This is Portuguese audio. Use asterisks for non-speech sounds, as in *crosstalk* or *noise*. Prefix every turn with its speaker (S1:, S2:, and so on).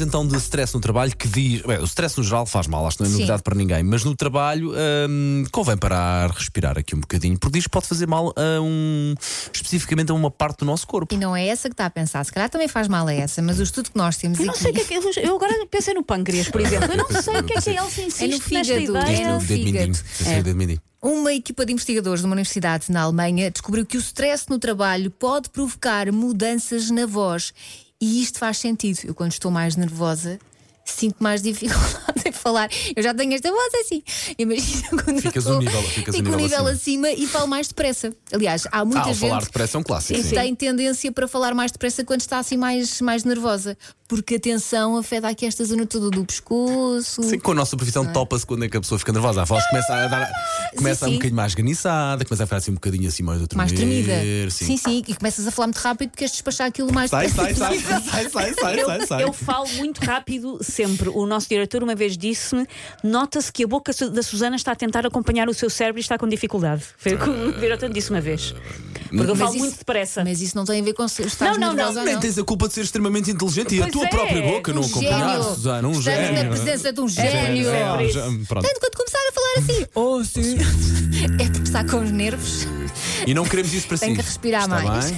S1: Então, de stress no trabalho, que diz. Bem, o stress no geral faz mal, acho que não é
S2: Sim.
S1: novidade para ninguém, mas no trabalho hum, convém parar, respirar aqui um bocadinho, porque diz que pode fazer mal a um. especificamente a uma parte do nosso corpo.
S2: E não é essa que está a pensar. Se calhar também faz mal a essa, mas o estudo que nós temos
S3: Eu não
S2: aqui.
S3: sei o que é que eles- Eu agora pensei no pâncreas, por exemplo. Eu não sei o que é que
S1: Sim.
S3: eles insistem
S2: É no
S3: nesta
S2: fígado.
S3: ideia.
S1: Diz-te
S2: É
S1: o
S2: o
S1: dedo
S2: fígado. É.
S1: mindinho. Diz-te o dedo mindinho.
S2: Uma equipa de investigadores de uma universidade na Alemanha descobriu que o stress no trabalho pode provocar mudanças na voz. E isto faz sentido. Eu, quando estou mais nervosa, sinto mais *laughs* dificuldade em falar. Eu já tenho esta voz assim. Imagina quando
S1: Ficas
S2: eu estou,
S1: um nível- ficas um
S2: fico
S1: nível
S2: acima. e falo mais depressa. Aliás, há muita
S1: Ah, ao
S2: gente.
S1: falar depressa é um clássico.
S2: E
S1: sim.
S2: tem tendência para falar mais depressa quando está assim mais, mais nervosa. Porque a tensão afeta aqui esta zona toda do pescoço.
S1: Sim, com a nossa profissão topa-se quando é que a pessoa fica nervosa. A voz começa a dar. Começa
S2: Ah,
S1: um
S2: Sim, sim.
S1: bocadinho mais ganiçada, começa a ficar assim um bocadinho assim mais do
S2: Mais
S1: tremer,
S2: tremida.
S1: Sim.
S2: sim, E começas a falar muito rápido porque queres despachar aquilo mais
S1: Sai, sai,
S2: depressa *laughs*
S1: sai,
S2: possível.
S1: sai, sai, sai, sai,
S3: Eu,
S1: sai, sai.
S3: eu falo muito rápido sempre. O nosso diretor uma vez disse-me: nota-se que a boca su- da Susana está a tentar acompanhar o seu cérebro e está com dificuldade. Foi o que o diretor disse uma vez. Porque eu
S2: Mas
S3: falo
S2: isso-
S3: muito
S2: *laughs*
S3: depressa.
S2: Mas isso não tem a ver com se estás
S3: Não, não,
S2: nervosa ou
S1: Nem
S2: não.
S1: tens a culpa de ser extremamente inteligente e a
S3: Pois
S1: tua
S3: é,
S1: própria boca
S2: um
S1: não acompanhar,
S2: gênio.
S1: Susana, um
S2: Estamos
S1: gênio.
S2: na presença de um
S3: gênio.
S2: gênio.
S1: É, um gê- pronto.
S2: Tanto quando começar a falar assim, oh sim, *laughs* é porque está com os nervos.
S1: E não queremos isso para si.
S2: Tem que respirar
S1: Está
S2: mais.
S1: bem?